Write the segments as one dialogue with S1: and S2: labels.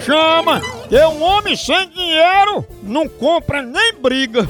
S1: chama. E um homem sem dinheiro não compra nem briga.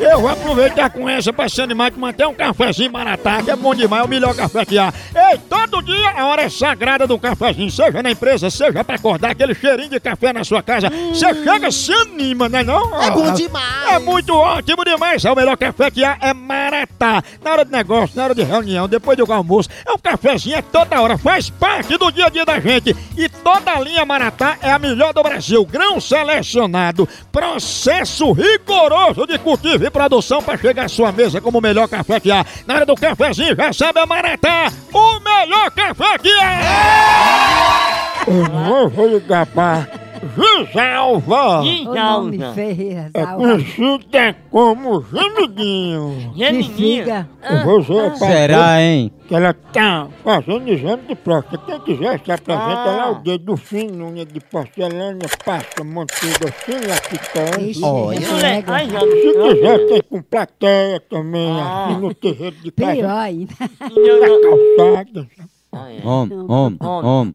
S1: Eu vou aproveitar com essa pra se animar que manter um cafezinho maratá, que é bom demais, é o melhor café que há. Ei, todo dia a hora é sagrada do cafezinho, seja na empresa, seja pra acordar aquele cheirinho de café na sua casa. Você chega, se anima, né não?
S2: Hum. É bom demais.
S1: É muito ótimo demais, é o melhor café que há, é maratá. Na hora de negócio, na hora de reunião, depois do almoço, é um cafezinho, é toda hora, faz parte do dia a dia da gente. E toda a linha maratá é a melhor do Brasil, grão selecionado, processo rigoroso de cultivo e produção para chegar à sua mesa como o melhor café que há. Na área do cafezinho, já sabe a Maratá, o melhor café que há! Eu não vou ligar pra Gisalva,
S3: Nome
S4: Ginalda.
S3: Ferreira,
S1: conhecida É como Gemidinho.
S4: Geminha.
S1: Você
S5: Será, hein?
S1: que ela tá fazendo exame de próstata. Quem quiser se apresenta lá, o dedo fino, unha de porcelana, pasta, assim, manteiga, fina, picante.
S5: Olha.
S4: Mulher, ai, já.
S1: Se quiser, tem com plateia também,
S4: Ah.
S1: aqui no terreiro de casa,
S3: Pirói.
S1: na calçada.
S4: Ai, ai.
S5: Homem, homem,
S4: Homem.
S5: homem.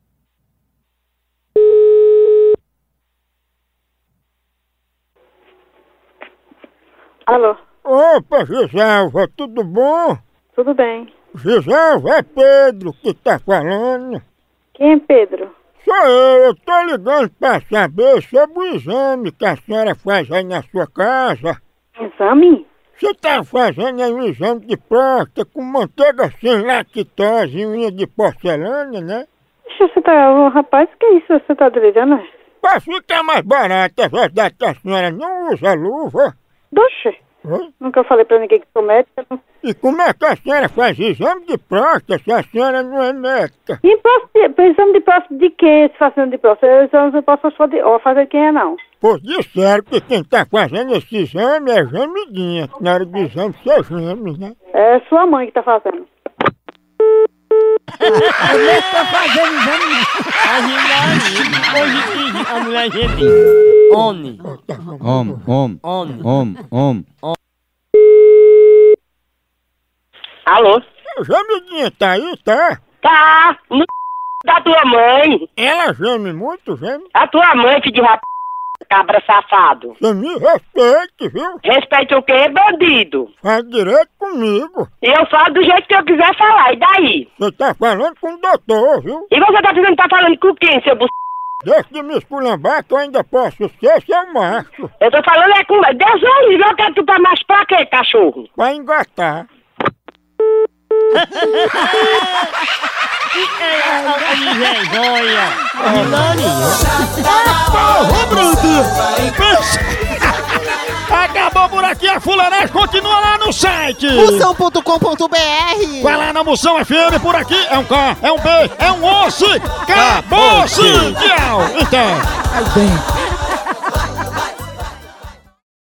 S6: Alô,
S1: Opa, Giselva, tudo bom?
S6: tudo bem?
S1: Giselva, é Pedro que tá falando.
S6: Quem é Pedro?
S1: Sou eu, eu tô ligando pra saber sobre o exame que a senhora faz aí na sua casa.
S6: Exame?
S1: Você tá fazendo aí um exame de próstata com manteiga sem lactose e unha de porcelana, né?
S6: Ixi, você tá. ô, Rapaz, que isso? Você tá delirando? é?
S1: Pra ficar mais barato, é verdade que a senhora não usa luva.
S6: Doxe!
S1: Hã?
S6: Nunca falei pra ninguém que sou médica. não.
S1: E como é que a senhora faz exame de próstata se a senhora não é médica?
S6: E próstata- pra exame de próstata de quê? Se fazendo de próstata? Eu exame de próstata só de. Ó, fazer quem é não.
S1: Pois disseram que quem tá fazendo esse exame é gemidinha. Na hora do exame, você geme, né?
S6: É sua mãe que tá fazendo.
S4: A Ginalda. Hoje diz a mulher Geminha. Homem.
S5: Homem, homem,
S4: Homem.
S5: homem, homem.
S7: Alô?
S1: Gemidinha tá aí, tá?
S7: Tá, no da tua mãe.
S1: Ela geme muito, geme.
S7: A tua mãe, filho de rap... cabra safado.
S1: Você me respeite, viu?
S7: Respeita o que é bandido.
S1: Faz direito comigo.
S7: E eu falo do jeito que eu quiser falar, e daí?
S1: Você tá falando com o doutor, viu?
S7: E você tá dizendo que tá falando com quem, seu bu...
S1: Deixa de me esculambar que eu ainda posso ser seu macho.
S7: Eu tô falando é com... Deus é livre, eu quero tu pra mais pra quê, cachorro?
S1: Vai engatar. Acabou por aqui a fulanete, continua lá no site.
S2: Moção.com.br
S1: Vai lá na Moção FM, por aqui é um K, é um B, é um osso. Acabou-se! Tchau! Então...
S2: Ai, bem.